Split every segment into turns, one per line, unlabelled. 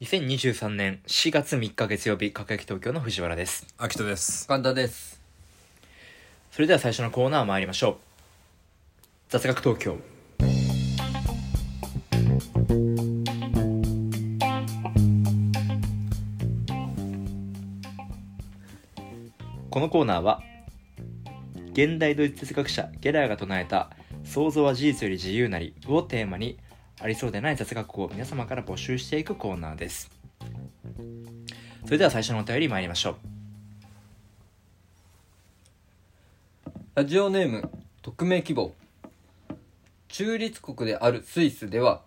2023年4月3日月曜日、各駅東京の藤原です。
秋人です
簡単です
それでは最初のコーナー参りましょう。雑学東京。このコーナーは、現代ドイツ哲学者ゲラーが唱えた「想像は事実より自由なり」をテーマにありそうでない雑学を皆様から募集していくコーナーですそれでは最初のお便り参りましょう
ラジオネーム匿名希望中立国であるスイスでは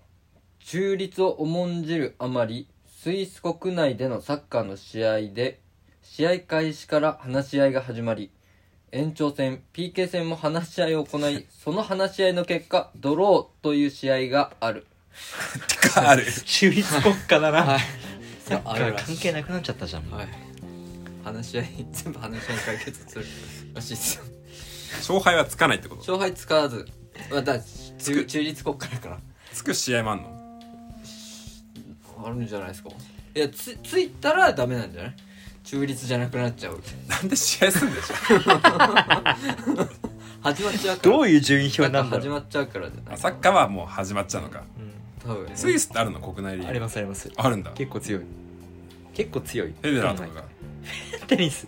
中立を重んじるあまりスイス国内でのサッカーの試合で試合開始から話し合いが始まり延長戦 PK 戦も話し合いを行 いその話し合いの結果ドローという試合がある
ある
中立国家だな、
はい
サッカ
いやあ
ー
るらしい
関係なくなっちゃったじゃん、
はい話し合い全部話し合い解決するらしいですよ
勝敗はつかないってこと
勝敗使わずまあだ中中立国家だから
つく試合もあんの
あるんじゃないですかいやつついたらダメなんじゃない中立じゃなくなっちゃう
なんで試合すんでしょ
始まっちゃうから
どういう順位表なんだ
始
ろう
まっちゃうからじゃな
あ
い
サッカーはもう始まっちゃうのか
多分
スイスってあるの国内リ
あり
ーグ
ますあります
あるんだフ
結構強い結構強い
ェデラーとかが
テニス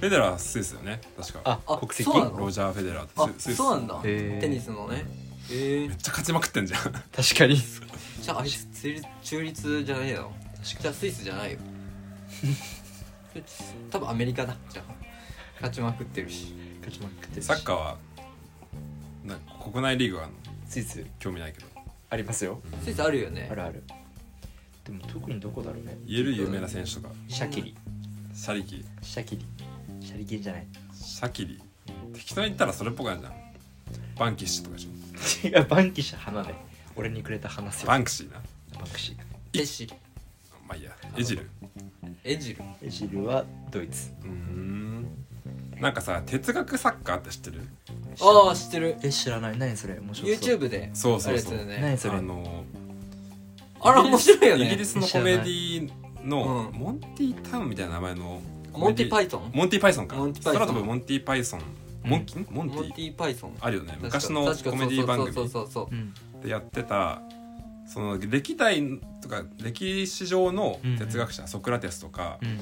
フェデラーはスイスだよね確か
あ
あ
国籍
そうなの
ロジャー・フェデラー
あ
ってスイス
そうなんだ
へー
テニスのねええ
めっちゃ勝ちまくってんじゃん
確 かに
じゃああいつ中立中立じゃないのじゃあスイスじゃ ないよ多分アメリカだじゃあ勝ちまくってるし
勝ちまくってるし
サッカーはな国内リーグはあんの
スイス
興味ないけど
ありますよ
スイスあるよね
あるあるでも特にどこだろうね
言える有名な選手とか
シャキリ
シャリキ
シャキリシャリキリじゃない
シャキリ適当に言ったらそれっぽくないじゃんバンキッシュとかでしょ
違うバンキシャ花ね俺にくれた花せ
バンクシーな
バンクシー
エジル
まあいいやエジル
エジル
エジルはドイツ
うーんなんかさ哲学サッカーって知ってる
ああ知ってる
え知らない何それ面白そう
YouTube で
そうそうそう
あれですよね
何それ
あの
あら面白いよ
イギリ
ね
スのコメディの、
うん
モンティタウンみたいな名前の
モンティパイ
ソ
ソン
モンティパイソンか
モンティパイソン
空飛ぶモンティパイソンモンキンモンテ
モン
ィ
ティパイソン
あるよね
確か
昔の
確か
コメディ番組
そうそうそうそう
うん
でやってたその歴代とか歴史上の哲学者、ソクラテスとか、
うん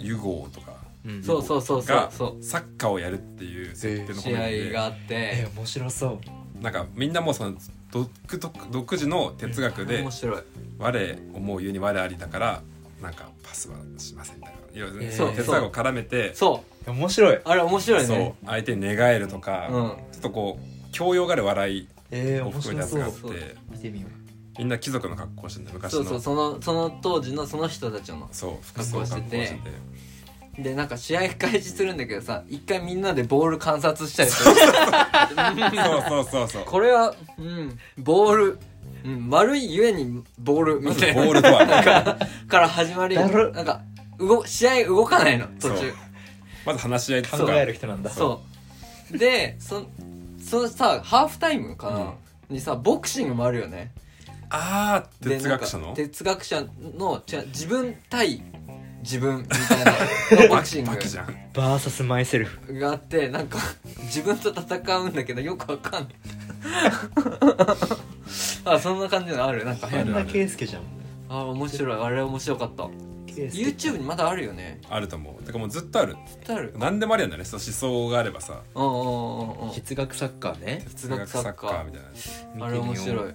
ユゴーとか
うん
そうそうそうそう
が
そ
サ
う
ッカーをやるっていう設定のコ
試
メデ
合
ィで、
があって
え面白そう
なんかみんなもうその独特独自の哲学で
面白い
我思うゆえに我ありだからなんかパスはしませんみたいないろいろ
えー
その哲学を絡めて
そう
いや面白い
あれ面白い
そう
ね
相手に寝返るとか、
うん
ちょっとこう教養がある笑い
えー、
を
面
含め
白
たやつがあ
そ
っ
う
て
そう
見てみよう
みんな貴族の格好をしてんだよ昔の
そうそうそのその当時のその人たちの
そう服装を格好してて
格好でなんか試合開始するんだけどさ一回みんなでボール観察したりす る
そうそうそうそう
これはうんボール、うん、丸いゆえにボールみ
まず
たいな
ボールとは
から始まり
だる
なんか動試合動かないの途中
まず話し合いとか
考える人なんだ
そうでそそのさハーフタイムかな、にさボクシングもあるよね
ああ
で
哲学者
なん
の
か哲学者の違う自分対自分みたいなボクシ ン
バキじ
グ
ゃん
バーサスマイセルフ
があってなんか自分と戦うんだけどよくわか んないあそんな感じのあるなんか
あ
変
変
る
な
な圭介じゃん
あ面白いあれ面白かった
圭介
YouTube にまだあるよね
あると思うだからもうずっとある
絶対ある
何でもあるよねそう思想があればさ
うんうんうんうん
哲学サッカーね
哲学サッカーみたいな
見てみよう
あれ面白
へ
い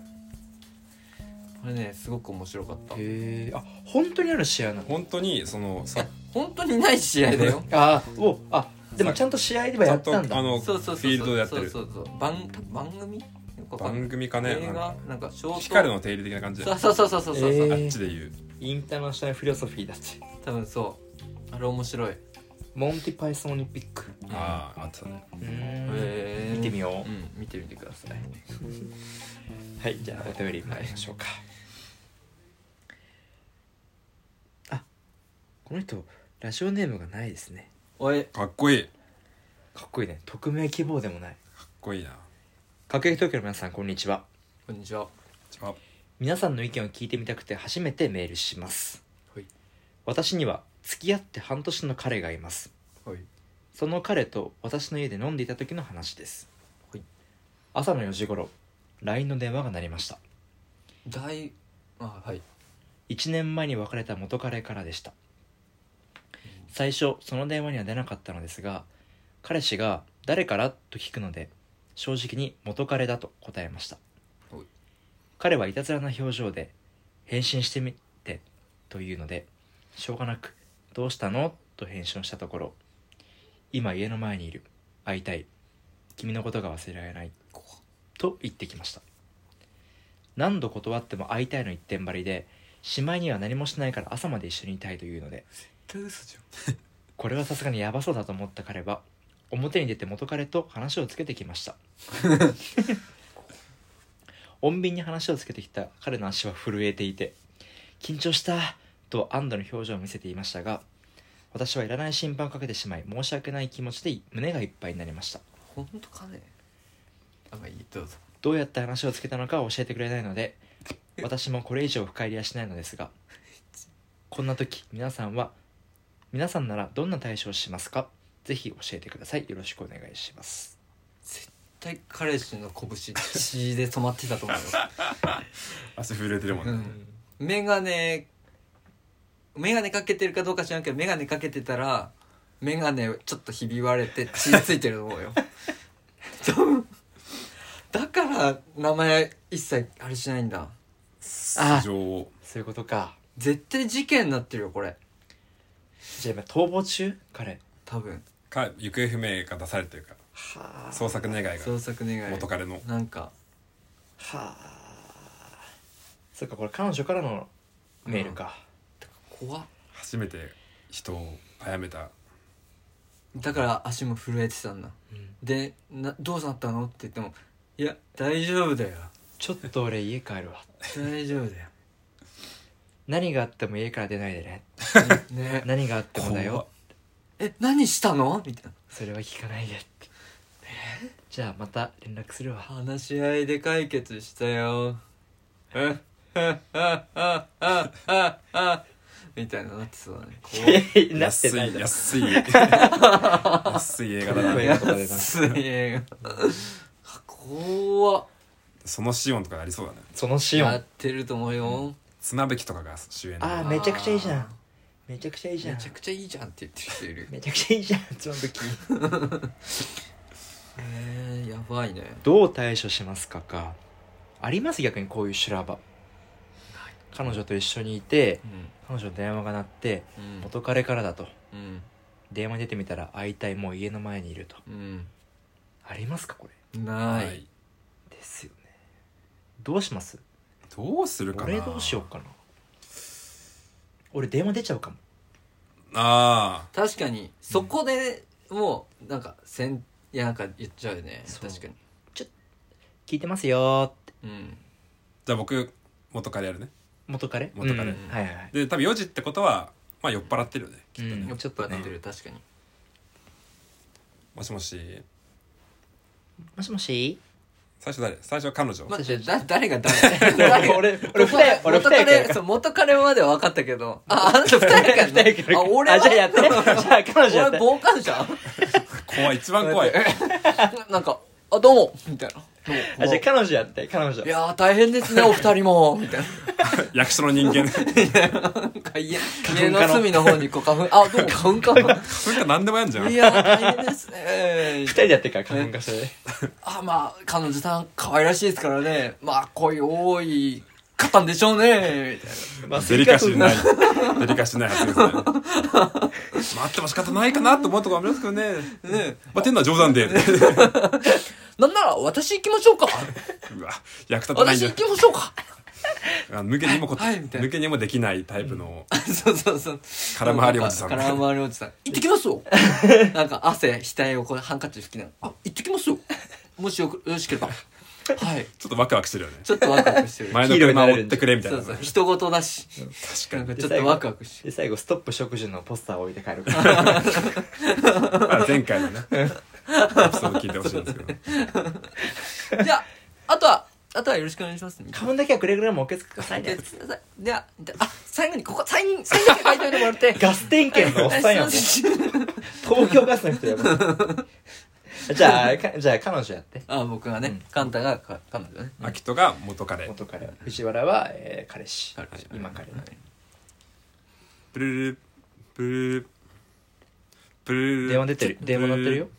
あれねすごく面白かった
えあ本当にある試合なの
本当にそのさ
本当にない試合 だよ
あーおあでもちゃんと試合では
ち
や
ゃ
っ
んと
たんだ
あのフ
そうそうそうそう
ィールドでやってる
そうそうそう番多分番組よくわかんない
番組かね
映
なんか
画なんかショート
光の定理的な感じで
そ
あ
うそうそうそうそうそう、
えー
っちで言う
インターナショナルフィロソフィーだって
多分そうあれ面白いへ
モンティパイソンオリンピック
あああったね
うーん
え
見てみよう
うん見てみてください
はいじゃあお便り参りましょうかあこの人ラジオネームがないですね
おい
かっこいいか
かっこいいね匿名希望でもない
っこいいな
各駅東京の皆さんこんにちは
こんにちは
じゃあ
皆さんの意見を聞いてみたくて初めてメールします、
はい
私には付き合って半年の彼がいます
はい
その彼と私の家で飲んでいた時の話です、
はい
朝の4時頃 LINE の電話が鳴りました
だいあはい
1年前に別れた元彼からでした最初その電話には出なかったのですが彼氏が「誰から?」と聞くので正直に「元彼だ」と答えました
はい
彼はいたずらな表情で「返信してみて」というのでしょうがなく「どうしたの?」と返信をしたところ「今家の前にいる会いたい君のことが忘れられない」と言ってきました何度断っても会いたいの一点張りでしまいには何もしないから朝まで一緒にいたいというので
絶対嘘じゃん
これはさすがにヤバそうだと思った彼は表に出て元彼と話をつけてきました穏便に話をつけてきた彼の足は震えていて緊張したと安堵の表情を見せていましたが私はいらない心配をかけてしまい申し訳ない気持ちで胸がいっぱいになりました
本当かねあまあいいどうぞ
どうやって話をつけたのかは教えてくれないの で私もこれ以上深入りはしないのですがこんな時皆さんは皆さんならどんな対処をしますかぜひ教えてくださいよろしくお願いします
絶対彼氏の拳血で止まってたと思うよ
足震えてるもん
う
ね、
んメガネメガネかけてるかどうか知らんけどメガネかけてたらメガネちょっとひび割れて血ついてると思うよ多分だから名前一切あれしないんだ
あ
素性を
そういうことか
絶対事件になってるよこれ
じゃあ今逃亡中彼
多分
か行方不明が出されてるか
は
ら捜索願いが
創作願い
元彼の
なんか
はそうかこれ彼女からのメールか、
怖っ
初めて人を殺めた
だから足も震えてたんだ
うん
でなどうなったのって言っても「いや大丈夫だよ
ちょっと俺家帰るわ
大丈夫だよ
何があっても家から出ないでね」
ね
何があってもだ
怖っ
よ
え何したの?」みたいな
それは聞かないでってじゃあまた連絡するわ
話し合いで解決したよ えっあああああみたいななってそうだね 怖い
なって
安
ない
い
だろ
安い安い映画だな
声がとかでな
安い映画怖っ
そのシオンとかありそうだね
そのシオン
や
あ
ってると思うよ
綱引きとかが主演の
あーめちゃくちゃいいじゃんめちゃくちゃいいじゃん
めちゃくちゃいいじゃんって言ってる人いる
めちゃくちゃいいじゃんその時
えー、やばいね
どう対処しますかかあります逆にこういう修羅場彼女と一緒にいて
うん
彼女の電話が鳴って
うん
元彼からだと
うん
電話に出てみたら会いたいもう家の前にいると
う
ありますかこれ
んない、
はい
ですよねどうします
どうするかな
俺どうしようかな俺電話出ちゃうかも
あ
確かにそこでもうなんかせんいやなんか言っちゃうよね
そう
確かに
聞いてますよーって
うん
あじゃあ僕元彼やるね
元彼
元彼
うんはいはいはい
で多分4時ってことはまあ酔っ払ってるよねきっとね、
うん
ちょっとやってる確かに
もしもし
もしもし
最初誰最初は彼女、
待ってだ誰が誰誰 が
俺、俺、二重、俺、
元
二重から
彼そう元彼までは分かったけどああんた二人やんの
二重から
あ俺は
あ、じゃあやって。じゃあ彼女やっ
俺
て。
傍観者
怖い一番怖い
なんか「あどうも」みたいなどうも
あ、じゃあ彼女やって、彼女
い。やー大変ですねお二人もみたいな
役所の人 間
なんか家
粉
家の隅の方にこう花粉あどうも花粉か
それから何でもやんじゃん
いやー大変ですね
二人でやってるから、花粉がそれで。
あまあ彼女さん可愛らしいですからねまあ恋多い方んでしょうねみたい
ま
デリカシ
せっ
ー
か
ないデリカシーない発言ですね待っても仕方ないかなと思うとこありますけどね
なね
まあてんのは冗談で
なんなら私行きましょうか
うわ役立たないん
私
じゃ
行きましょうか
あ抜けにもこ、
はいみたいな
抜けにもできないタイプの
そうそうそう
空回りおじさん
空回りおじさん 行ってきますよなんか汗額をこうハンカチで拭きながらあ行ってきますよもしよくよろしければはい
ちょっとワクワクしてるよね
ちょっとワクワクしてる
前の車を追ってくれみたい
そ
な
うそう人事だしなんかちょっとワクワクして
で、最後、ストップ食事のポスターを置いて帰るから。
まあ前回のねエピソード聞いてほしいんですけど
るじゃああとはあとはよろしくお願いしますみたいな
花粉だけはくれぐれもお気をつけください
で
ね
さではであ 最後にここサインサインだけ書いておいてもらって
ガス点検のおっさんやもん
あすいません
東京ガスの人やもんじゃあかじゃあ彼女やって
あ僕がね、
うん
カンタがか彼女ね
アキトが元彼
元彼藤原は、えー彼氏
彼氏
今彼の
プルルプルルプルル
電話出てる電話鳴ってるよ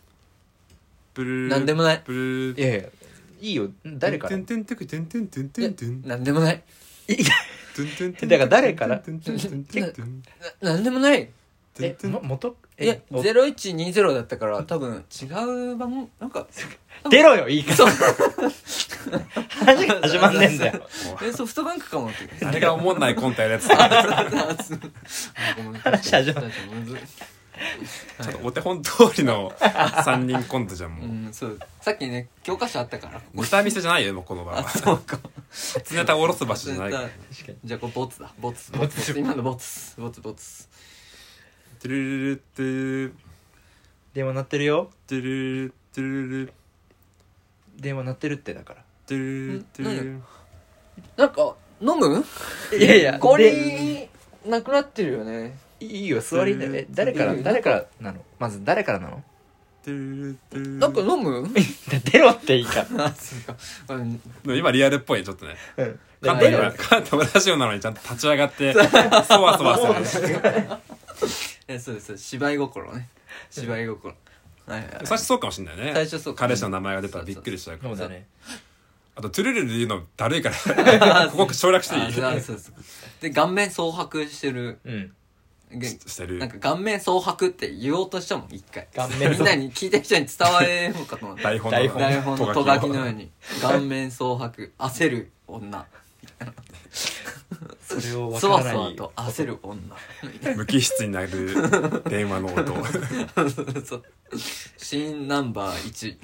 プルル
なんでもない
プルル
いやいやいいよ誰から
てんてんてくてんてんてんてんてんてん
なんでもない
てんてん
だから誰から
てんてんてんてんてん
ななんでもない
て
え
んてん
も元
いや
えお
0120だったから多分違う番なんか
出ろよいいから 話が始まんねえんだよ
えソフトバンクかもって
あれがおもんないコントやるやつだ
話
始まる
ちょっとお手本通りの三人コントじゃん
う
も
んそうさっきね教科書あったから
うネタ見せじゃないよもうこの場
あ
は
そうか
初ネタおろす場所じゃないから
確かに
じゃあこれボツだボツボツボツ今のボツボツボツ
トゥルルルトゥル
電話鳴ってるよ
トゥルルトゥルル
電話鳴ってるってだから
トゥルルトゥルル
なんか飲む
いやいやで
氷なくなってるよね
いいよ座りなえ誰から誰からなのまず誰からなの
トゥルルトゥルル
なんか飲む
出ろっていいから
あそうかうん
でも今リアルっぽいちょっとね
うん
カン
出
タ
ろ
も
よ
カンタもラジオなのにちゃんと立ち上がってそわそわする
えそうですそうです芝居心ね芝居心はいはい
最初そうかもしんないね
最初そう
彼氏 の名前が出たらびっくりしちゃうか
そ
ら
うだね
あとトゥルルル言うのだるいからここ省略してい
あ
い
そうそうそうで顔面蒼白してる
うん
げ
ししてる
なんか顔面蒼白って言おうとしたもん一回
顔面蒼白
みんなに聞いてる人に伝われんのかと思って
台本
台
の
本
台本のとがきのよう
に
に顔面蒼白焦る女
それを分
そ
か
わ
らない
そわと焦る女
無機質になる電話の音
そう新ナンバー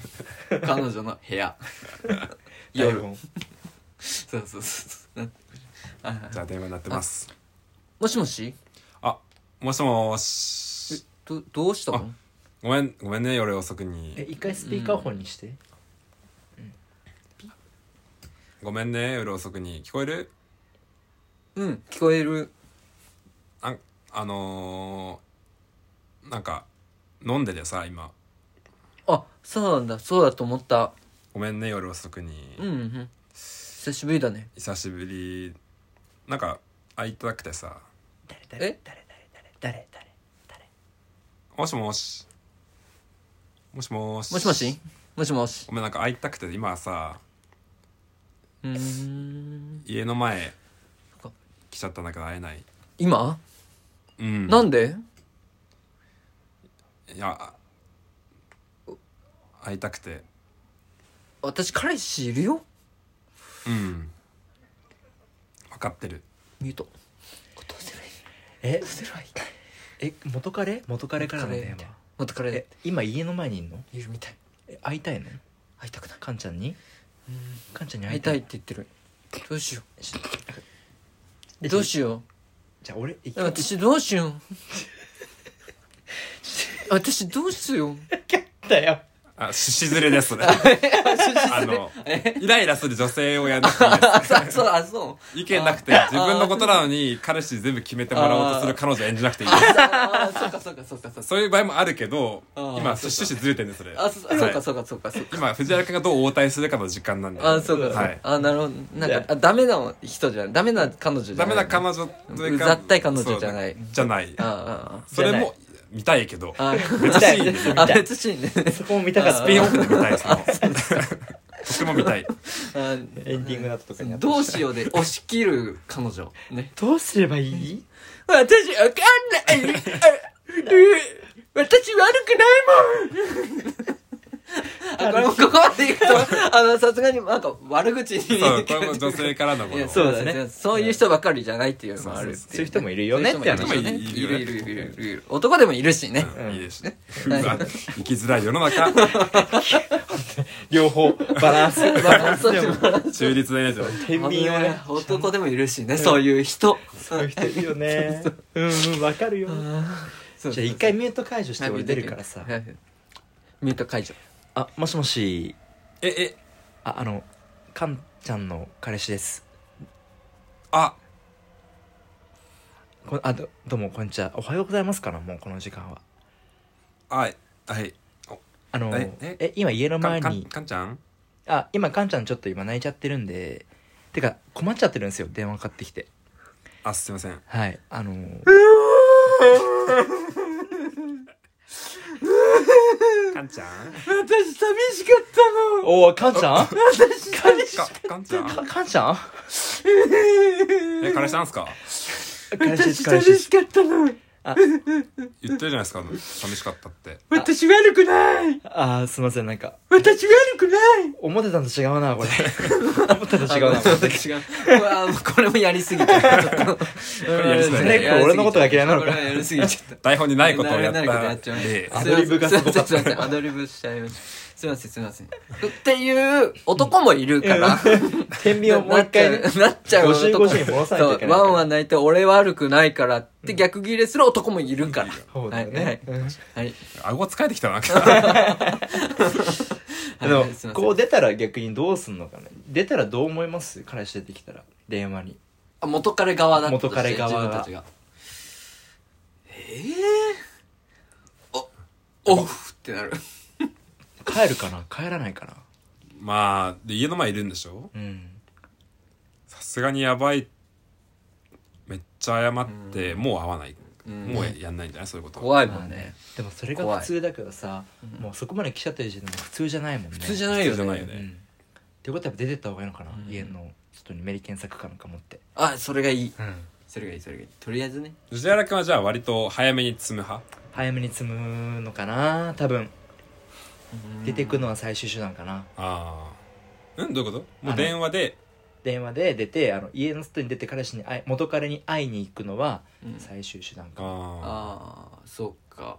1彼女の部屋
台
夜
本
そうそうそうはいはい
じゃあ電話になってます
もしもし
あもしもーし
どどうしたの
ごめんごめんね夜遅く
え
に
一回スピーカーフォンにして
ごめんね夜遅くに聞こえる
うん聞こえる
ああのー、なんか飲んでてさ今
あそうなんだそうだと思った
ごめんね夜遅くに、
うんうん久しぶりだね
久しぶりなんか会いたくてさ
誰誰
え
誰誰誰誰誰
もしもしもしもし
もしもしもしもし
ごめんなんか会いたくて今さ
うーん
家の前
そっか
来ちゃったんだけど会えない
今
うん
なんで
いやあ会いたくて
私彼氏いるよ
うん分かってる
ミュートどうすればいい
え
どうすればいい
え元彼元彼からの電話
元彼
え今家の前にいんの
いるみたい
え会いたいの
会いたくない
カンちゃんにカンちゃんに
会
会
い
い
た
た
いっ
い
て言ってるどうしよう
で
どうしよ
じゃあ俺一
う
回
私どうし よう私どうしよう
だよ
あししずれ ですあのイライラする女性をやる
あそうそう あそう
意見なくて自分のことなのに彼氏全部決めてもらおうとする彼女演じなくていい
あそうかそうかそうかそうか
そういう場合もあるけど
あー
今趣旨ずれてるんですそれ
あそ
はいう
かそうかそうかそうか
今藤原君がどう応対するかの時間なんで
あそうかそ
は
うか
い
あなるほどなん
じ
か
ゃ
あダメな人じゃないダメな彼女じゃ
ダ
ない
メな彼女というか
うざったい彼女じゃない
そうじゃない
あああ
それも見たいけど
あ
別シーンで
見
あ
たい
別シーンね
そこも見たかった
スピンオフで見たい その僕も見たい
あ
エンディングだった時に
どうしようで押し切る彼女ね
どうすればいい
私わかんない 私悪くないもんあこれもここまでいくとあのさすがになんか悪口に
そうこれも女性からのこ
い
の
や
そう
そうだねそういう人ばかりじゃないっていうのもあるって
そういう人もいるよねって
そうい
話
う人
も
も
い
い
るよね
る
って話
いるいるいるいるいる男でもいるしね
うん
うん
いいですねうわ 生きづらい世の中
両方バランスバ
バランスを
でも
中立でねじゃ
天秤をね
男でもいるしねそういう人
そういう人いるよねうんうんわかるよ
そう
じゃあ一回ミュート解除して俺出るからさ
はいミュート解除
あもしもし
ええ
ああのカンちゃんの彼氏です
あ
こあどどうもこんにちはおはようございますかなもうこの時間は
はいはい
あの
え
え
え
今家の
か
前
んかん
に
かんちゃん
あ今カンちゃんちょっと今泣いちゃってるんでてか困っちゃってるんですよ電話かかってきて
あすいません
はいあのー
かんちゃん
私寂しかったの
おおカンちゃん
私寂しかっ
かかんちゃん
かカンちゃん
え彼氏なんすか
彼氏です
私
彼
寂
氏です
しかったの
言ってるじゃないですか寂しかったって
私悪くない
あーすいませんなんか
私悪くない
思ってたのと違うな これ思ってたのと違うなこれ
違う。うわーこれもやりすぎちゃった。ち ょっと
これやりすぎたね
ねこれ俺のことが嫌いなのか
これはやりすぎちゃった。
台本にないことをやっ
な
た
いことやっちゃいま
例
した
アドリブがすごかった
すいませんすいませんアドリブしちゃいました。すいません、すいません。っていう男もいるから。
天秤をもう一回ね
なっちゃうなっちゃう
50
男も
50に戻さないといけない
そうワンワン泣いて俺悪くないからって逆ギレする男もいるから。
そうだよ
はいはい
ね、うん
はい。
顎疲れてきたな か
あ
は
の
いすいません
こう出たら逆にどうすんのかね出たらどう思います彼氏出てきたら電話に
あ元彼側だったとして
元彼側が
自分たちがええおオフってなる
帰るかな帰らないかな
まあで家の前いるんでしょ
うん
さすがにやばいめっちゃ謝ってもう会わないもうやんないんじゃないそういうこと
怖い
ま
も
あ
ん
ね
ね
でもそれが普通だけどさもうそこまで来ちゃってる時点でもう普通じゃないもんね普
普通じゃない
普
よ
通じゃないよ
ね
ね
うんってことはやっぱ出てった方がいいのかな、
うん
家の外にメリケン作かなんか持って
あそれがいい
うん
それがいいそれがいいとりあえずね
藤原君はじゃあ割と早めに積む派
早めに積むのかな多分出てく
の
のは最終手段かな
ああうんどういうこと
あ
も
の
う電話で
電話で出てあの家の外に出て彼氏に会い元彼に会いに行くのは
うん
最終手段かな
あ
ああそうか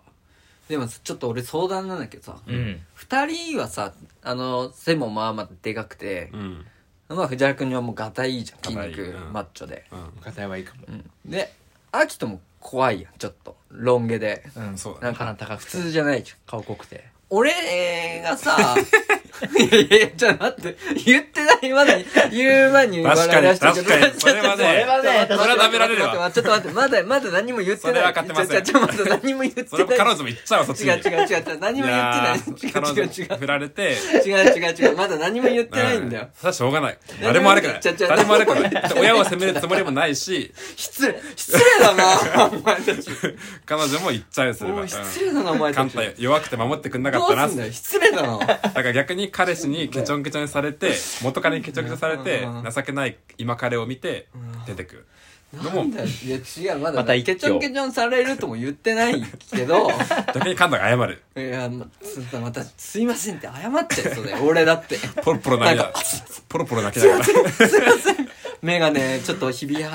でもちょっと俺相談なんだけどさ
うん
二人はさあの背もまあまあでかくて
あう、ん
まあ藤原君にはもうガタイいいじゃん筋
ガタイいい
肉、
うん
マッチョで、
う
答えはいいかも
うん、でアキトも怖いやんちょっとロン毛で
うん
んそうだ
なん
ね
鼻
か
高く
普
て
通じゃないじゃん
顔濃くて
俺 がさ、いやいやいや、じゃあ待って、言ってない、まだ言う前に
確かに確かにそれは
それ
ね
はね
それは食べられるわ
ちょっと待って、まだ、まだ何も言ってな
そ
い。
れは買ってません
ちょちょちょまだ何も言って
それも彼
な
女
い。
も言っちゃうわそっち
違う
に
違う違う違う、何も言ってない。違
やー
う違う違
彼女振られて
う。違う違う違う、まだ何も言ってないんだよ。
うそれはしょうがない誰も悪くない
ちょちょ
誰も悪くない親を責めるつもりもないし
失礼、失礼だな、お前たち。
彼女も言っちゃうすれば
も
う
うん失礼だな、お前た
簡
ち。
単弱くて守ってくんなか
ど
った
う
な
すんだよ、失礼だな。
だから逆に彼氏にケチョンケチョンにされて元彼にケチョンケチョンされて
うん
情けない今彼を見て出てくるの
な
も
んだよ、いや違う、まだ、
また一挙
ケチョンケチョンされるとも言ってないけど、
逆に神田が謝る
いや、ま、つまた、すいませんって謝っちゃ いそうだよ。俺だって。
ポロポロ泣き
なん
だ
か
ポロポロ泣きだから
メガネ、ちょっとひび 出し、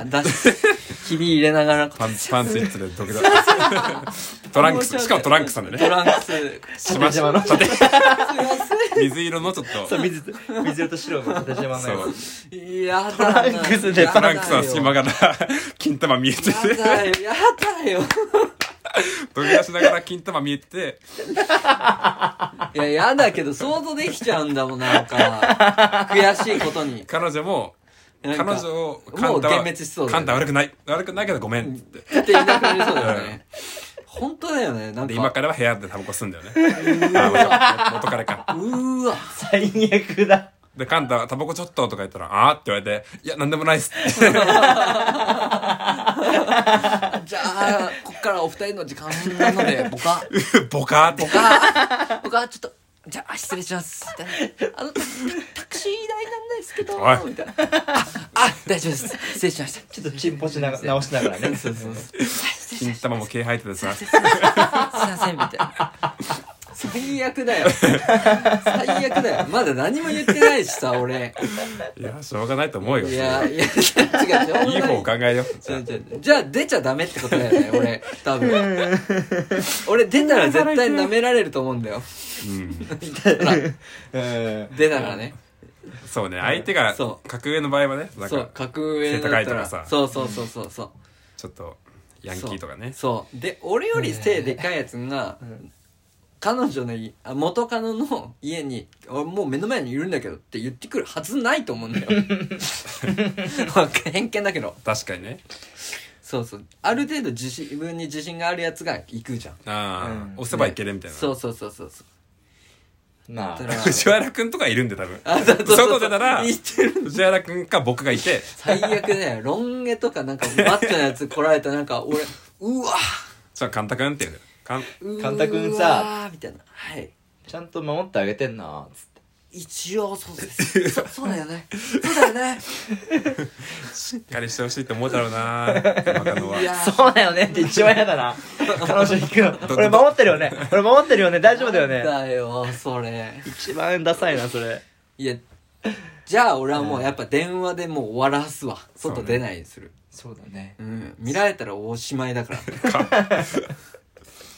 ひび入れながら、
パンツパンツ一つでドキドキ トランクスしかもトランクスなんで
ト
ね
ランクス。
しま
縦
し
縞 の
水色のちょっ
そう
と
水 水色と白の縦縞の
そ
よ
う
やだな。
トランクスで
やだ
トラ
よ
ンクスの隙間から金玉見えて
やだよ、やだよ。
飛び出しながら金玉見えて
いや、やだけど、想像できちゃうんだもん、なんか。悔しいことに。
彼女も
なん
彼
か
女を
もう
神田
幻
は
滅しそうだよ
神田悪くない悪くないけどごめんっつって
っていなくなりそうだよね。本当だよね、なん
で今
か。
からは部屋でタバコ吸うんだよねあ元彼か
うーわ。
最悪だ
で神田は「タバコちょっと」とか言ったら「ああ」って言われて「いやなんでもないっす」
じゃあ、こっからお二人の時間なの で、僕は。
ボカーって
僕は、僕はちょっと、じゃあ、失礼します。みたいなあの、タクシー代なんですけど、
おい
みたいな。あ、あ大丈夫です。失礼しました。
ちょっとチンポしなが直しながらね
そうそうそう。失礼
金
しま
玉も毛生えててさ
した。すいません、みたいな。最悪だよ。最悪だよ。まだ何も言ってないしさ、俺。
いやしょうがないと思うよ
いや、いや、違う、しょうがない
いい方を考えよう
じゃあじゃあじゃあ出ちゃダメってことだよね俺多分俺出たら絶対舐められると思うんだよ
うん
うん
出たらね
そうね相手が
そう
格上の場合はねなん
そう
か
格上だった
背高い
ら
とかさ
そうそうそうそうそう
ちょっとヤンキーとかね
そうで俺より背でかいやつが彼女のいあ元カノの家に「俺もう目の前にいるんだけど」って言ってくるはずないと思うんだよ わか偏見だけど
確かにね
そうそうある程度自信自分に自信があるやつが行くじゃん
ああ、
うん
押せばいけるみたいな、
そうそうそうそうそう
まあ
だから
藤原君とかいるんで多分
あそうそうそう
外出たら
言ってる
藤原君か僕がいて
最悪ねロン毛とかなんかマッチョなやつ来られたらなんか俺うわ
じゃあ簡単くんって言うかん
う
カンタ君さ
ーみたいなはい
ちゃんと守ってあげてんなつって
一応そうですそそうだよねそうだよね
しっかりしてほしいって思うだろうな 若野
いや
は
そうだよねって一番嫌だな彼女に行くの俺守ってるよね俺守ってるよね大丈夫だよね
だよそれ
一番ダサいなそれ
いやじゃあ俺はもうやっぱ電話でもう終わらすわ外出ないようにする
そうだね
うん見られたらおしまいだから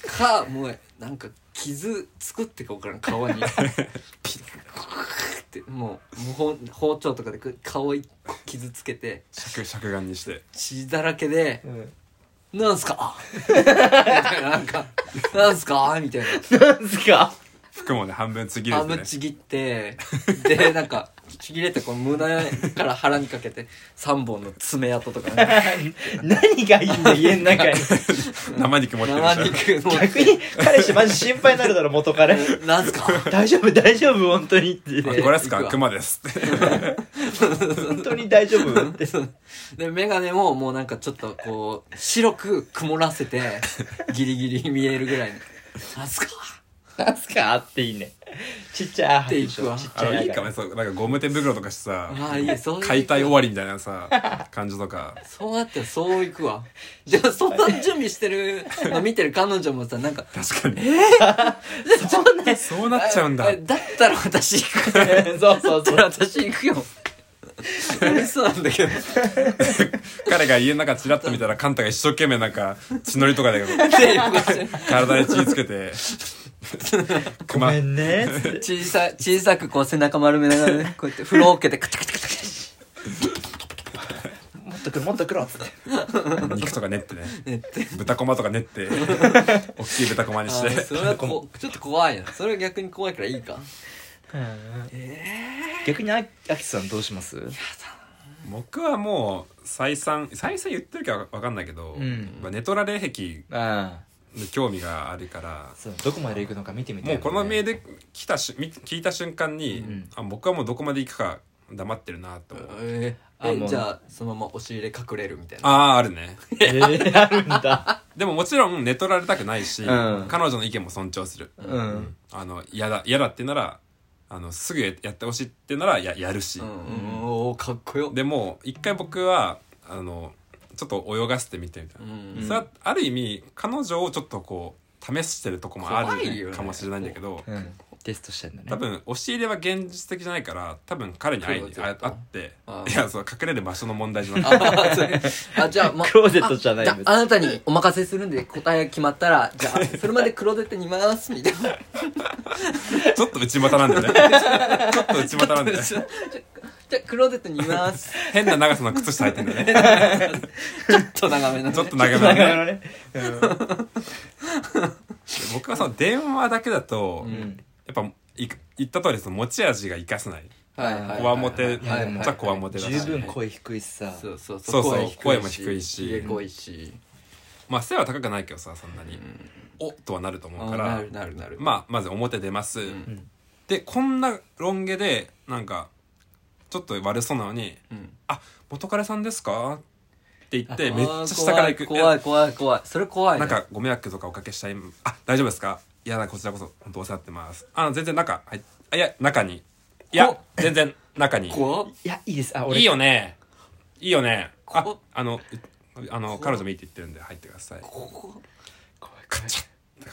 かもうなんか傷作ってこうからん顔にピッってもうもうほん包丁とかでこう顔一個傷つけて
尺尺眼にして
血だらけで
うん
「なんすか? 」みたいななんか「なんすか?」みたい
なんすか
服もね半分ちぎ
な
れ
ハ
てね
ムちぎってでなんかちぎれてこう胸から腹にかけて3本の爪痕とか、ね、
何がいいんだ家の中に
生肉持ってる
生
でしょ
肉も
逆に彼氏マジ心配になるだろ元彼
「なんすか?」
大丈夫大丈夫本当にって
あこれですか熊ですって
本当に大丈夫って
で、メガネももうなんかちょっとこう、白く曇らせて、ギリギリ見えるぐらいに。なんすか
なんすかっていいねちっちゃい
っていくわ
ちっち
あ
ゃ
の
い
いいかもねそうなんかゴム手袋とかしてさ
ああ、いい、そういう。
解体終わりみたいなさ感じとか
そうなったらそういくわ。じゃあ、そんな準備してるの見てる彼女もさ、なんか、
確かに そうなっちゃうんだ
えだったら私行 く。だっ
そうそう
た
そう
ら私行くよ。嬉しそうなんだけど。
彼が家の中チラッと見たらカンタが一生懸命なんか血のりとかで体に血つけ て
ご
熊
めんねっつって
小さ、小さくこう背中丸めながら ね、こうやって風呂桶でカチャカチャカチャカチ
もっとくるもっとくるっつって
肉とか練ってね
ャって。
豚こまとか練って大きい豚こまに
あ
し
ー
て
それはこちょっと怖いな。それは逆に怖いからいいか。
逆にああきさんどうします
僕はもう再三再三言ってるかわかんないけど、
うん
まあ、ネトラ霊癖
ああ
に興味があるから
そうどこまで行くのか見てみたい
もうこのメー
ル
ルで来たし見聞いた瞬間に、
ん
あ僕はもうどこまで行くか黙ってるなと思う、
え
あもう
じゃあそのまま押し入れ隠れるみたいな
あああるね
えー、あるんだ
でももちろん寝取られたくないし、
うん
彼女の意見も尊重する、
う
うん
ん
あの嫌だ嫌だってならあのすぐやってほしいってならややるし、
うん、うん、おーかっこよ
でも一回僕はあのちょっと泳がせてみてみたいな、
うん
それはある意味彼女をちょっとこう試してるとこもあ
怖いよ
る
ね
かもしれないんだけど、
うんテストしてんだね
多分押し入れは現実的じゃないから多分彼に会いに
そうだ
あ
絶対
会って
ああ
いやそう隠れる場所の問題じゃなく
あ
て
ーそれあ じゃあ、ま、
クローゼットじゃない
あじゃああなたにお任せするんで答えが決まったらじゃあそれまでクローゼットに回すみたいな
ちょっと内股なんだよねちょっと内股なんだよね
じゃあじゃあクローゼットに回す
変な長さの靴下履いてんだよね
ちょっと長めの、ね、
ちょっと
な
長
かな
めのね
かね
僕はその電話だけだと、
う
や
ん
っぱい言った通りその持ち味が生かせない
はいはいはいはい
こわもて
はいはいはい
めっちゃこわもてだし
十分声低いしさ
そうそう
そうそう声
声
も
も
低
低
い
い
し
しひげ濃いし
まあ背は高くないけどさそんなに、おっとはなると思うか
あー
ら
なるなるなる
まあまず表出ます、
ん
でこんなロン毛でなんかちょっと悪そうなのに
うん
「あ元彼さんですか?」って言って
あー
めっちゃ下から行く
怖い怖い怖い怖いそれ怖い
な
ね
んかご迷惑とかおかけしたいあ大丈夫ですかいやなんかこちらこそ本当お世話になってますあ全然中はいあいや中にいや
こ
全然中に
怖っ
いやいいですあ
い
俺
いよねいいよねあ
こ
あのうあの彼女もいいって言ってるんで入ってください
ここ
怖い怖い
掛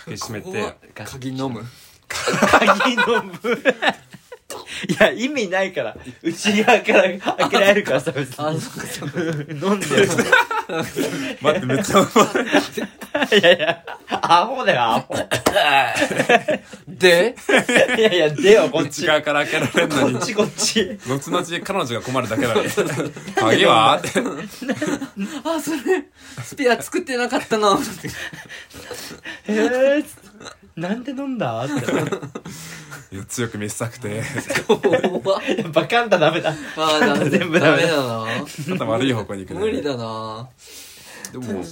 け閉め
こ
て
こ鍵飲む
鍵飲むいや意味ないから内側から開けられるからさ別
あ
に
そうかそうか
飲んでる
待ってめっちゃうまい
いやいやアホだよアホ
で
いやいやではこっ
内
ち
側から開けられるの
こ
に
っちこっち
後々彼女が困るだけだね鍵はって
あそれスペア作ってなかったな
えーっつってなんで飲んだって
いや強く見せたくて
怖っ
バカンタダメだ
まあダメ
全部ダメだ
だな
また悪い方向に行くね
無理だな
でも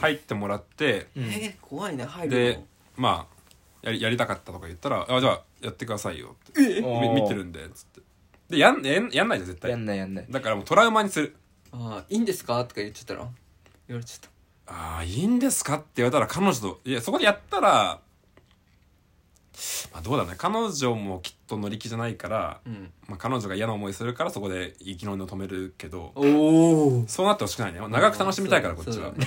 入ってもらって
うん
えー怖いね入る
で
の
まあやりやりたかったとか言ったら「あじゃあやってくださいよ」ってみ見てるんでつってでやんやんやんないじゃん絶
やん
対
ないやんない
だからもうトラウマにする
あーいいんですかとか言っちゃったら言われちゃっ
「ああいいんですか?」って言われたら彼女といやそこでやったらまあどうだろうね彼女もきっと乗り気じゃないから、
たうん
まあ、彼女が嫌な思いするからそこで生きのりを止めるけど
おお
そうなってほしくないね長く楽しみたいからこっち
そう
は
だね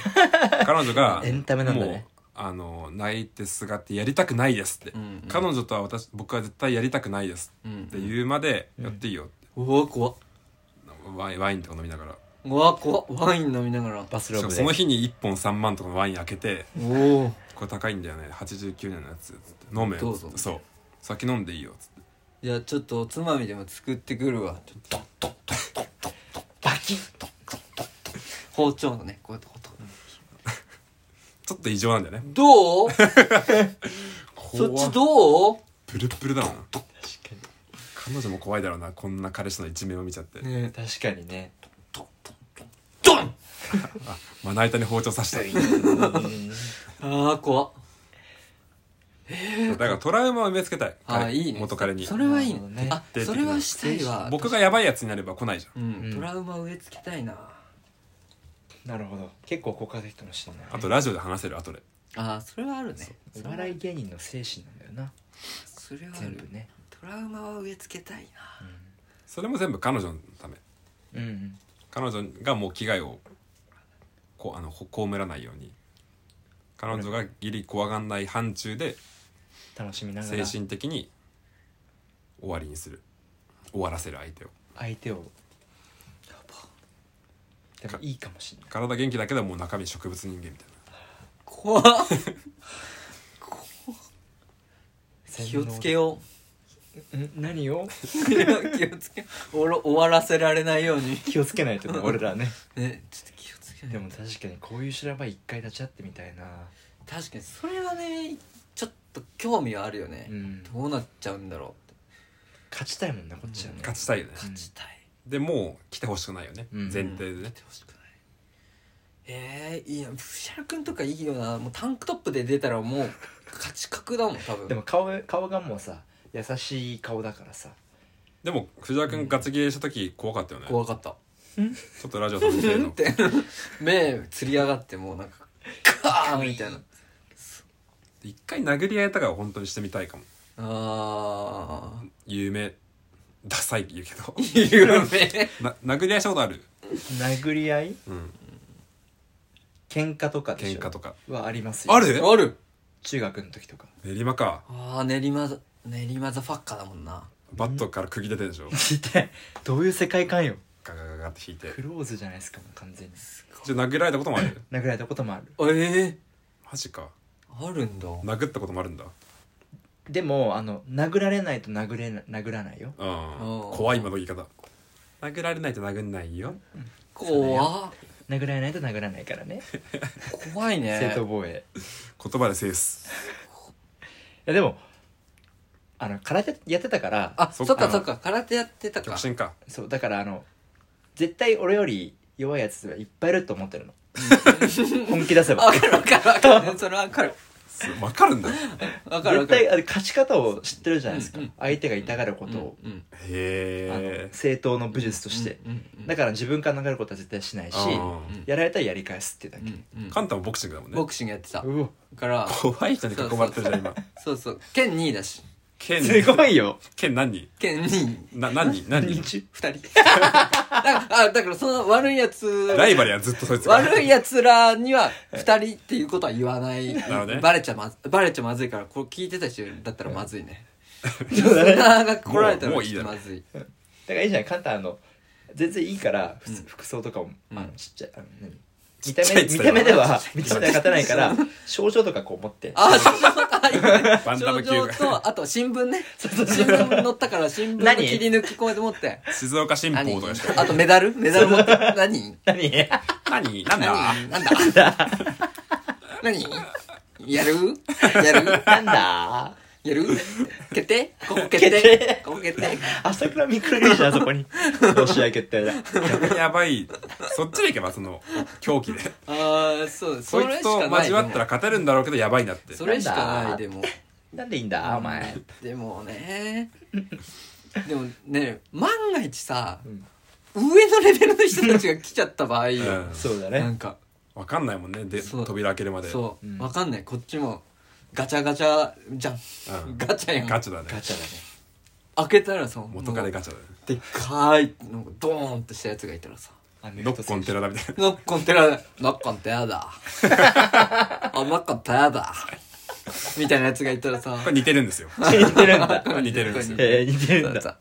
彼女 が
エンタメなんだね
もうあの泣いてすがってやりたくないですって、
うんうん
彼女とは私僕は絶対やりたくないです
うん
って言うまでやっていいよって、
うわ怖っ
ワインワインとか飲みながら
うわ怖っワイン飲みながら
バスロ
し
ー
かも
ブ
そ
で
の日に1本3万とかのワイン開けて
おお
これ高いんだよね89年のやつつって飲めよ
どう
つ
ぞ
ってそう先飲んでいいよつって
じゃあちょっとおつまみでも作ってくるわちょっと
バキッと
包丁のねこうやってこうやって
ちょっと異常なんだよね
どう そっ
怖
ちどう
プルップルだもん
確か
彼女も怖いだろうなこんな彼氏の一面を見ちゃって、
に確かにね
ドン
あまな板に包丁刺した
ああ怖っ
だからトラウマを埋めつけたい
ああ
彼
いいね
元彼に
それはいい
なるほど
ね
ね
あ
徹底的
そ
な
れはしたいわ
僕がやばいやつになれば来ないじゃん
うん
うん
トラウマ植え付けたいな
なるほど結構効果的かもしれない
あとラジオで話せる後で
ああそれはあるね
お笑い芸人の精神なんだよな
それはあ
全
る
部ね
トラウマは植え付けたいな
それも全部彼女のため
うんうん
彼女がもう危害をこうあのほこうむらないように彼女がギリ怖がんない範疇で
楽しみなが
精
ら
神的に終わりにする終わらせる相手を
相手をでもいいかもしれない
体元気だけどもう中身植物人間みたい
怖っ気をつけよ
ん何を
う 気をつけようおろ終わらせられないように
気をつけないとね俺らね
ねちょっと気をつけな
で
い
も確かにこういう修羅場一回立ち会ってみたいな
確かにそれはねちょっと興味はあるよね
うん
どうなっちゃうんだろうって
勝ちたいもんなこっちはね
な勝ちたいよね
勝ちたい
でもう来てほしくないよね、
うん
前提でね
てほしくないえー、いいな藤原君とかいいよなもうタンクトップで出たらもう勝ち確 だもん多分
でも顔顔がもうさ優しい顔だからさ
でも藤原君ガチゲーした時怖かったよね
怖かっ
ち
た
ょっとラジオさん見て
う
る
んっ
の
て目つり上がってもうなんかカーンみたいな
一回殴り合えたから本当にしてみたいかも
あー
有名ダサいって言うけど
有名
な殴り合いしたことある
殴り合い
うん
喧嘩とかでし
喧
ょ
嘩とか
はありますよ
ある
ある
中学の時とか
練馬か
あー練馬練馬ザファッカーだもんな
バットから釘出てるでしょ
聞いてどういう世界観よ
ガガガガって引いて
クローズじゃないですかもう完全に
じゃあ殴られたこともある
殴られたこともある
ええ
マジか
あるんだ
殴ったこともあるんだ
でもあの殴られないと殴れな殴らないよ
うん
うん
怖い今の言い方殴られないと殴んないよ
怖っ
殴られないと殴らないからね
怖いね
正当防衛
言葉で制す
いやでもあの空手やってたから
あ
そ
そ
っ
っ
か
かそっか空手やってたか
極真か
そうだからあの絶対俺より弱いやつはいっぱいいると思って るの本気出せば
わかるわかるわかるそれはわかる
そうわかるんだへ
わかるわ
絶
かる
対あの勝ち方を知ってるじゃないですか、相手が痛がることを、
うんうん
あ
え
の正当の武術として、
うんうん
だから自分から殴ることは絶対しないし、
うん
やられたらやり返すってだけ、
うんうん
カンタもボクシングだもんね
ボクシングやってた
うお
から
怖い人に囲まれてるじゃん今
そうそう県2位だし
剣
すごいよ
剣何人
県2位
な何人何 人
日
二人だからあだからその悪いやつ
ライバルやずっとそいつが
悪いやつらには二人っていうことは言わない
るほどね
バレちゃまずバレちゃまずいからこれ聞いてた人だったらまずい ねリスナーが来られた
もうもう
ら
いい
ちょ
だ
っと
ろ
まずい
だからいいじゃないカンタあの全然いいから、ふつ
うん
服装とかも、
うん
あのちっちゃいあの何
ちっ
見
ち
た
ゃい
目見た目
っつったよ
では見た目では勝てないから症状とかこう持って
あ症状とあいいね
バンタム級
症状とあと新聞ね新聞載ったから新聞の
何
切り抜きこうやって持って
静岡新
何
報とかしか
あとメダルメダル持って何
何
何なんだ
何なんだ何やるやる
なんだ
やる決定ここ決
決
定
定
ここ決定
朝倉未来でしょあそこにロシア決定だ
逆にやばいそっちでいけばその狂気で
ああ、そう、
そ
そ
い
れ
つ
しか
と
ない。
交わったら勝てるんだろうけどやばいなって
でもそれしかない、でも。
なんでいいんだお前
でもね。でもね、万が一さ、
ん
上のレベルの人たちが来ちゃった場合、
うん、
そうだ
なん
ね
か、
わかんないもんねで
そう
扉開けるまで
そう、
うん
わかんない。こっちも、ガチャガチャじゃん。
うん
ガチャやん。
ガチャだね
ガチャだね
開けたらさ、
元カレ
も
ガチャだね
うでっかい、なんかドーンってしたやつがいたらさ、
あ
ノッコン寺だみたいな
ノッコンテラだ。ノッコンテ ラだ。あ、ノッコンテラだ。みたいなやつがいたらさ
こ、れ似てるんですよ
似てるんだ
似てるんですよ
えー似てるんだ
さ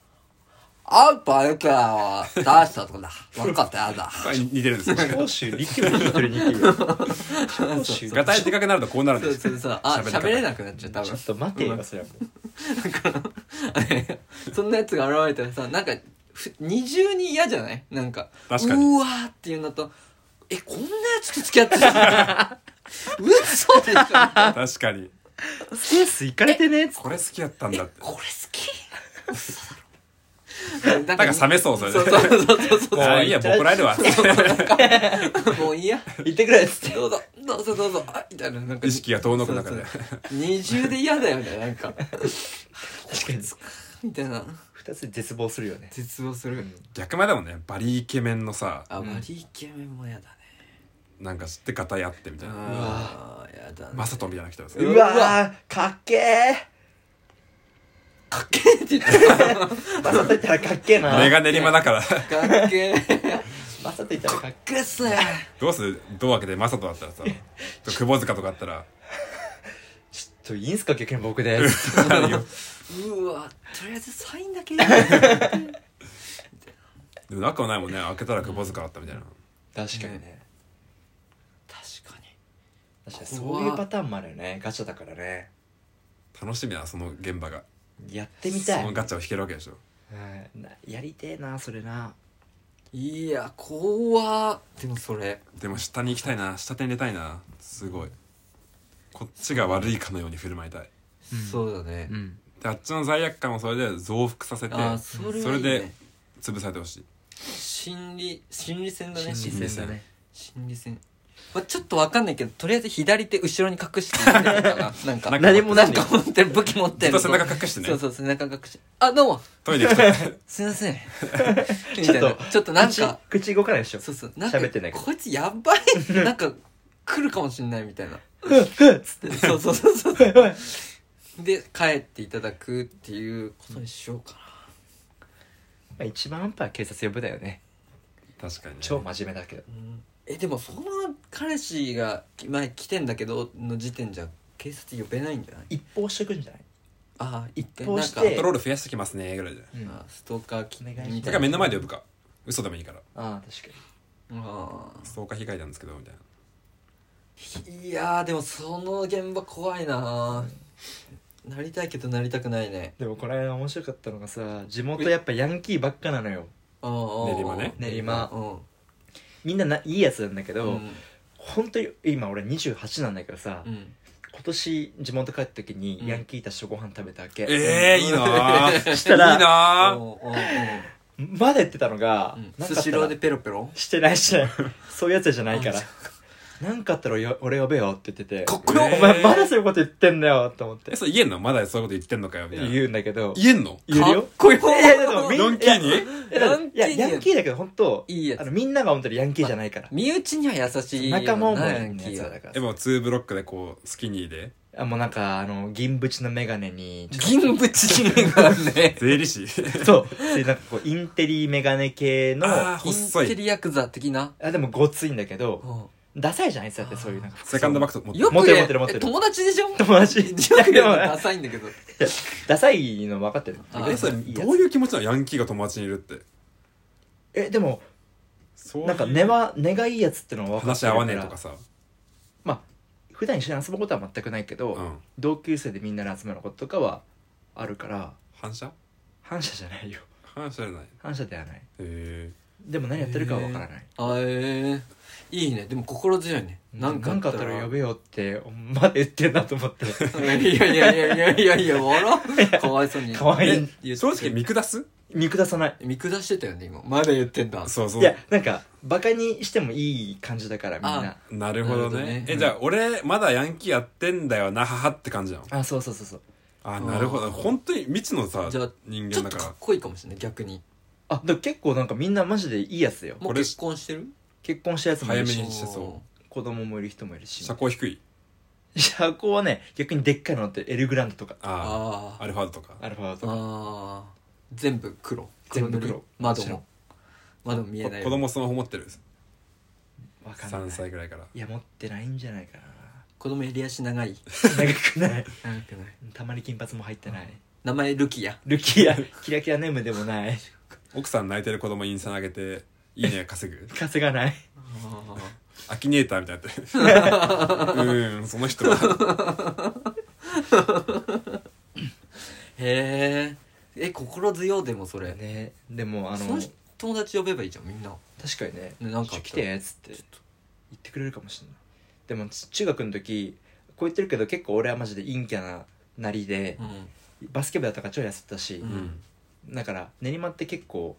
あんたよくは出した とこだ。分かったやだ。
これ似てるんですよ
長州力を似てる似てる長州
ガタイでかくなるとこうなるん
そ
で
う
す
そ
よ
うそう。あ、
喋り方
喋れなくなっちゃう、多
ちょ
分
っ。と待てよそれはもう
そんなやつが現れたらさ、なんか、ふ二重に嫌じゃないなんか、
確かに
うわーっていうのと、え、こんなやつと付き合ってたの嘘でしょ
確かに
セースいかれてねえっつって
これ好きやったんだって
これ
な
好き嘘だろ。な
んか冷めそうそれで
そうそうそうそう
う
あいいや僕らえるわ
もういいや。
言ってくれっつって
どうぞ、どうぞどうぞ。あみたいな、なんか
意、識が遠のく中で
そう二重で嫌だよね、なんか。
確かに
みたいな。
二つで絶望するよね
絶望する。
逆前だもんねバリイケメンのさ
あまりイケメンも嫌だね。
なんか知ってガタイあってみたいな
ああ、やだね。
マサトみたいな人ですね
うわーかっけえ
かっけえって言ってた。
マサと言ったらかっけえな
メガ練馬だから
かっけえ。
マサと言ったらかっけ
くっすね。
どうするドア開けてマサトだったらさ窪塚とかあったら
えちょっといいんすか逆に僕 で
何よ
うわ、とりあえずサインだけ。確か
でも仲はないもんね開けたら窪塚だったみたいな
確かにね
に。
確かにそういうパターンもあるよねガチャだからね
楽しみだなその現場が
やってみ
そ
たい
のガチャを引けるわけでしょ
うんなやりてえなそれない
や、怖っでもそれ。
でも下に行きたいな下手に入れたいなすごいこっちが悪いかのように振る舞いたい
そうだね。
ん
であっちの罪悪感をそれで増幅させて
あーそれ
そ
は
れ
いい
で
ね。
潰されてほしい
心理、心理戦だね。
心理戦だね
心理戦。まあ、ちょっとわかんないけど、とりあえず左手後ろに隠してるのかな。なんか、
何も
なんか持ってる、武器持って
ずっ
る。
と背中隠してね
そうそう、背中隠して。あ、どうも
トイレ行く と
すいません。み
ち
た
ょ
い
っ
な
と。
ちょっとなんか、
口口動かないでしょ
そうそう、なんか、
喋ってないけど
こいつやばい。なんか、来るかもしんないみたいな。
つ
でそうそうそうそう。で、帰っていただくっていうことにしようか
まあ一番アンパー警察呼ぶだよね
確かにね
超真面目だけど
な。え、でもその彼氏が前来てんだけど、の時点じゃ警察呼べないんじゃない
一報してくんじゃない
ああ、一回
報
なん
して
か、
パトロール増やしてきますねぐらいで
うん
あストーカー来
お願いします
だから目の前で呼ぶか嘘でもいいから
ああ確か
ああ
ストーカー被害なんですけどみたいない
やーでもその現場怖いなーなりたいけどなりたくないね
にでもこの間面白かったのがさ地元やっぱヤンキーばっかなのよ
練
練馬ね
練馬
う
みんなないいやつなんだけ
んう
ど、
ん
本当に今俺28なんだけどさ、
うん
今年地元帰った時
うん
にヤンキーたちとご飯食べたわけ、
ええいいな ー
したら
いいなー
おうおうおう
まだ言ってたのが、
うん
なんかあ
ス
った
シ
ら
ローでペロペロ
してないしてないそういうやつじゃないから
あ
なんかあったらよ俺呼べよって言ってて
かっ
こよ
お前まだそういうこと言ってんだよと思って
えそれ言えんのまだそういうこと言ってんのかよみたいな
言うんだけど
言えんの
言うよ
かっこよ
いやでもみん
ヤンキーに
いやだっていや
ヤンキーに
ヤンキーだけど本当
いいやつ
あのみんなが本当にヤンキーじゃないから、
身内には優しいよな
仲間思いの
ヤン
や
キ
つ
ー
ら
は
だから
えもう2ブロックでこうスキニーで
あもうなんかあの銀縁の眼鏡にちょっ
銀縁がね
税理士
とそうそういうなんかこうインテリ眼鏡系の
ああ
あ
イン
細
テ
い
リヤクザ的な
でもごついんだけど
うん
ダサいじゃんあいつだってそういうなんか服装
セカンドバッグと持って
よく
持ってる持ってる持ってる
え友達でしょ
友達
よく
いやで
で
も
もダサいんだけど
ダサいの分かってる
あ
えそれ
いいやつ
どういう気持ちなのヤンキーが友達にいるって
えでも
そういう
なんか根は根がいいやつってのは分かっ
話
て
し
る
合
から
わねえとかさ
まあ普段一緒に遊ぶことは全くないけど、
うん
同級生でみんなで集まることとかはあるから
反射
反射じゃないよ
反射じゃないへ
反射ではない
え
でも何やってるかは分からない、
あええいいねでも心強いねなんか
なんかあったらやべえよってまだ言ってんなと思 って
いやいやいやいやいやいや笑う かわいそうに
かわいい
え正直見下す
見下さない
見下してたよね今まだ言ってんだ
そうそ
いうやなんかバカにしてもいい感じだからみんな
なるほどね
なるほどね
えじゃあ俺まだヤンキーやってんだよなははって感じなの
あそうそうそうそう
あなるほど本当に未知のさ
じゃあ
人
ちょ
間だ
っと
か
からっこいいかもしれない逆に
あでも結構なんかみんなマジでいいやつよ
もう
これ
結婚してる
結婚したやつもいる
早め
し
にしてそ
子供もいる人もいるし
車高低い
車高はね逆にでっかいのってエルグランドとか
あ
あ
あ
あ
アルファードとか
アルファードとか
あー全部黒
全部黒
塗り窓
もちろん
も窓も見え
こ
ない
子供スマホ持ってる
わかんない
3歳ぐらいから
いや持ってないんじゃないかな
子供襟足長い
長くない
長くない
たまに金髪も入ってない
名前ルキア
ルキアキラキラネームでもない
奥さん泣いてる子供インスタ投げていいね稼ぐ
稼がない
アキネーターみたいになってるうーんその人は
へええ心強いでもそれ
ねでもあ
そ
の
の人友達呼べばいいじゃんみんな
確かにね
ねなんかあった
来て」っつって言ってくれるかもしれないでもち中学の時こう言ってるけど結構俺はマジで陰キャななりで
う、ん
バスケ部だったから超痩せてたし
う、ん
だから練馬って結構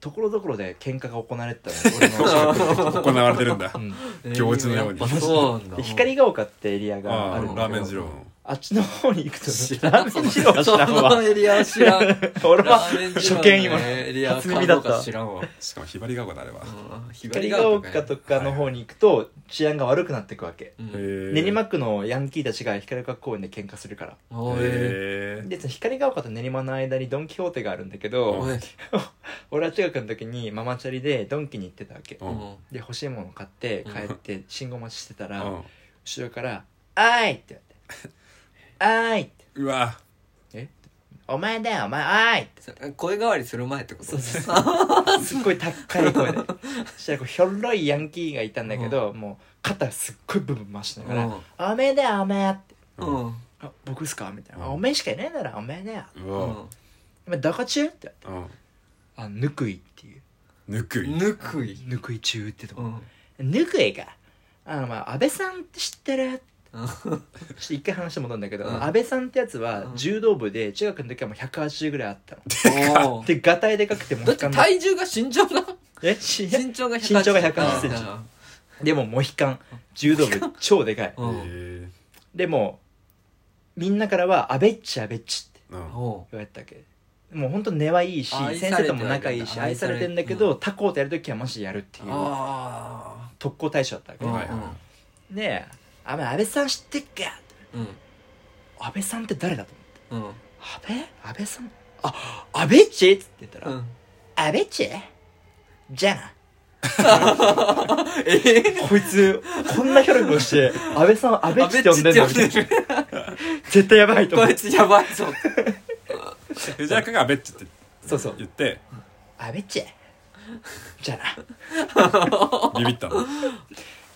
ところどころで喧嘩が行われてた の俺の中
行われてるんだ
学、うん
行列のように
やっぱそうなんだ
で光が丘ってエリアが
あ
あ
あ
るんだけど
ラーメン二郎の
あっちの方に行くと
知ら
ラ
ん
ーメン二郎は知
そ
らんわ
のエリアは知らん
俺は
ラーメン二
初
郎の
見今
エリア
初耳だっ
買う
た
のか知らんわ
しかもひばりが丘だあれば、
うんひばり
光
が
が
丘
丘とかの方に行くと治安が悪くなっていくわけ
うん
へ
練馬区のヤンキーたちが光が丘公園で喧嘩するから
おい
へえ
でその光が丘と練馬の間にドン・キホーテがあるんだけど、
おい
俺は中学の時にママチャリでドンキに行ってたわけ、
う
うん
うん
ん
で欲しいものを買って帰って信号待ちしてたら、後ろから「あーい!」って言わ れて「あーい!」って
うわ
「お前だよお前あーい!」って
そ声変わりする前ってこと
そうそうすっごい高い 声でそしたらこうひょろいヤンキーがいたんだけど、もう肩すっごいブンブン回しながら
うん
「おめえだよおめえ!」って
うんうん
「あ僕っすか?」みたいな「
うん
おめえしかいないならおめえだよ
うわ
お前どこ中?」って
うん
「あぬくい」っていう
ぬくい
ぬくい
「ぬくい中」ってとこ
うん
ぬくいかあのまあ安倍さんって知ってる
うん
ちょっと一回話して戻るんだけど、
うん
安倍さんってやつは
うん
柔道部で中学の時はもう180ぐらいあったの、
おー
でガタイでかくても
だ
う
って
かん
体重が身長が
えし
身長が180
身長が180センチ
あ
でもモヒカン柔道部超でかい
ーうん
へ
でもみんなからは「安倍っち安倍っち」って
えうん
お
言われてたっけもうほんと根はいいし
愛され
先
て
生とも仲いいし愛
愛
さ
さ
れ
れ
てんだけど、他校とやる時はマジでやるってい
ー
う
あ
特攻対象だったわけ、
ー
はい
ねえ「あ安倍さん知ってっか?」
うん
安倍さんって誰だと思って
うんうん
安倍安倍さんあ安倍っちっつって言ったら「
うん
安倍っちじゃあな」
え
こいつこんなキョロキョロして安倍さんを安倍っちって呼んでんだみたいな
る
絶対やばいと思
こ
う
いつやばいぞ
藤原君が「べっち」って
そうそう
言って
安倍っちじゃあな
ビビったの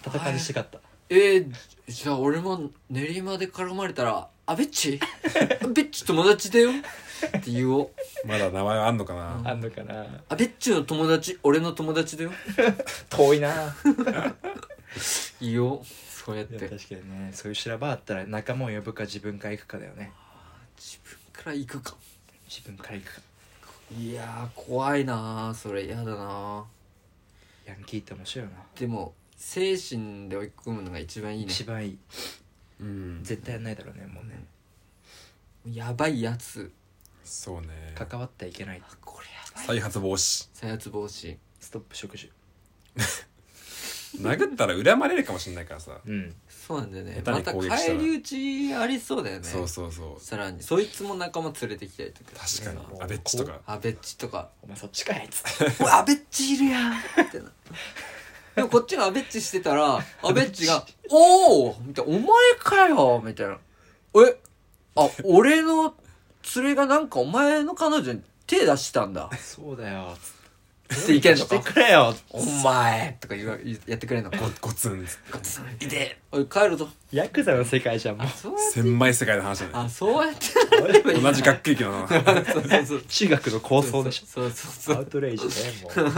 戦いにしてかった
えー、じゃあ俺も練馬で絡まれたら「あべっちあべっち友達だよ」って言おう
まだ名前はあんのかな
あんのかな
「あべっちの友達俺の友達だよ
遠いな」
言おうそうやっ
い
て
や
自
確かにねそういう修羅場あったら仲間を呼ぶか自分から行くかだよね
分から行くか
自分から行くか
いやー怖いなーそれ嫌だな
ヤンキーって面白いよな、
ーでも精神で追い込むのが一番いいね
一番いい
うん
絶対やんないだろうねもうね
やばいやつ
そうね
関わってはいけない
あこれやばい
再発防止
再発防止
ストップ食事
殴ったら恨まれるかもしれないからさ
うん
そうなんだよね
下手
ま
に
た
攻撃したら
返り討ちありそうだよね
そうそうそう
さらにそいつも仲間連れてきたりとか
確かにあべっちとか
あべっちとか
お前そっちかいっつって
「おいアベッチいるやん」みたいなでもこっちがアベッチしてたらアベッチが「おお!」みたいな「お前かよ!」みたいな「えあ俺の連れがなんかお前の彼女に手出したんだ
そうだよ
していけんの
して
か
くれよ
お前とか言う言うやってくれんのか
ごごつんっつって
いておい帰るぞ
ヤクザの世界じゃんもう
そう
千枚世界の話だね
あそうやってやればい い
同じ学級機の
そうそうそう
中学の構想でし
そうそう
ょ
そ
アウ
う
トレイジねも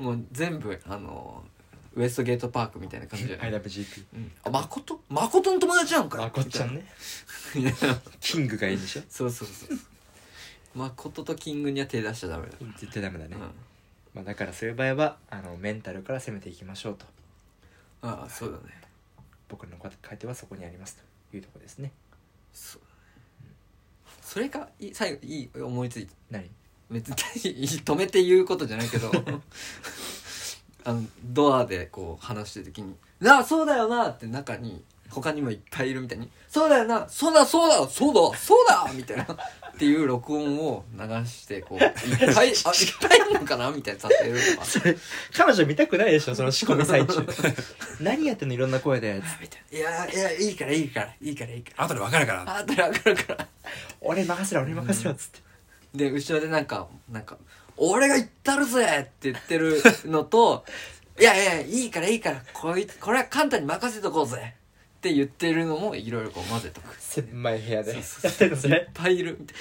う
もう全部あのウエストゲートパークみたいな感じじゃない、
IWGP
うん、あ誠誠の友達なんか
まこっちゃんね
みたいないや
キングがいいんでしょ
そうそうそう誠とキングには手出しちゃダメだ、
絶対ダメだね、
うん、
まあ、だからそういう場合はあのメンタルから攻めていきましょうと
ああそうだね
僕の回答はそこにありますというところですね
そうそれかいい最後いい思いついた
何
別に止めて言うことじゃないけど あのドアでこう話してる時に「なあそうだよな」って中に他にもいっぱいいるみたいに「そうだよなそうだそうだそうだそうだ」みたいなっていう録音を流してこういっ ぱいあいっぱいいるのかなみたいなさせるとか
彼女見たくないでしょその仕込み最中 何やってんのいろんな声で
みたいな「いやいやいいからいいからいいからいいから
後で分かるから
ああたら分かるから」
俺任せろ俺任せろっつって
で後ろでなんかなんか「俺が言ったるぜ!」って言ってるの と「いやいやいいからいいからこいこれは簡単に任せとこうぜ!」って言ってるのもいろいろこう混ぜとくいっ
狭い部屋で
そ
や
うそ
って
う
んのそれ
ぱいいるみたい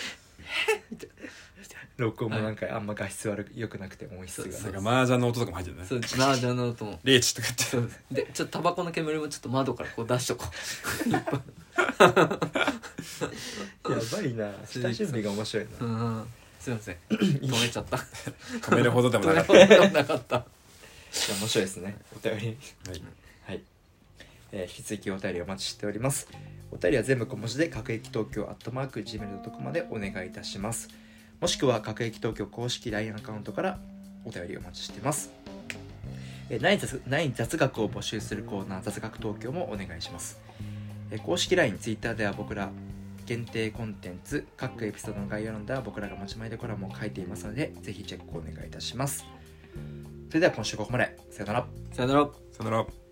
録音もなんかあんま画質悪く良くなくて音質
そう
なん
が
か麻雀の音とかも入ってる
な
ね
そう麻雀の音も
リーチとか って
そうでちょっとタバコの煙もちょっと窓からこう出しとこ
やばいな下準備が面白いうな
うんすいま せん止めちゃった
止めるほどでも
止
な
め
か
る
った
ほどでもなかった
いや面白いですねお便り
はい
はい、えー引き続きお便りお待ちしておりますお便りは全部小文字で各駅東京アットマーク Gmail.com までお願いいたしますもしくは各駅東京公式 LINE アカウントからお便りお待ちしてますえーない雑ない雑学を募集するコーナー雑学東京もお願いします、えー公式 LINETwitter では僕ら限定コンテンツ各エピソードの概要欄では僕らが持ち前でコラムを書いていますのでぜひチェックお願いいたしますそれでは今週ここまでさよなら
さよなら
さよなら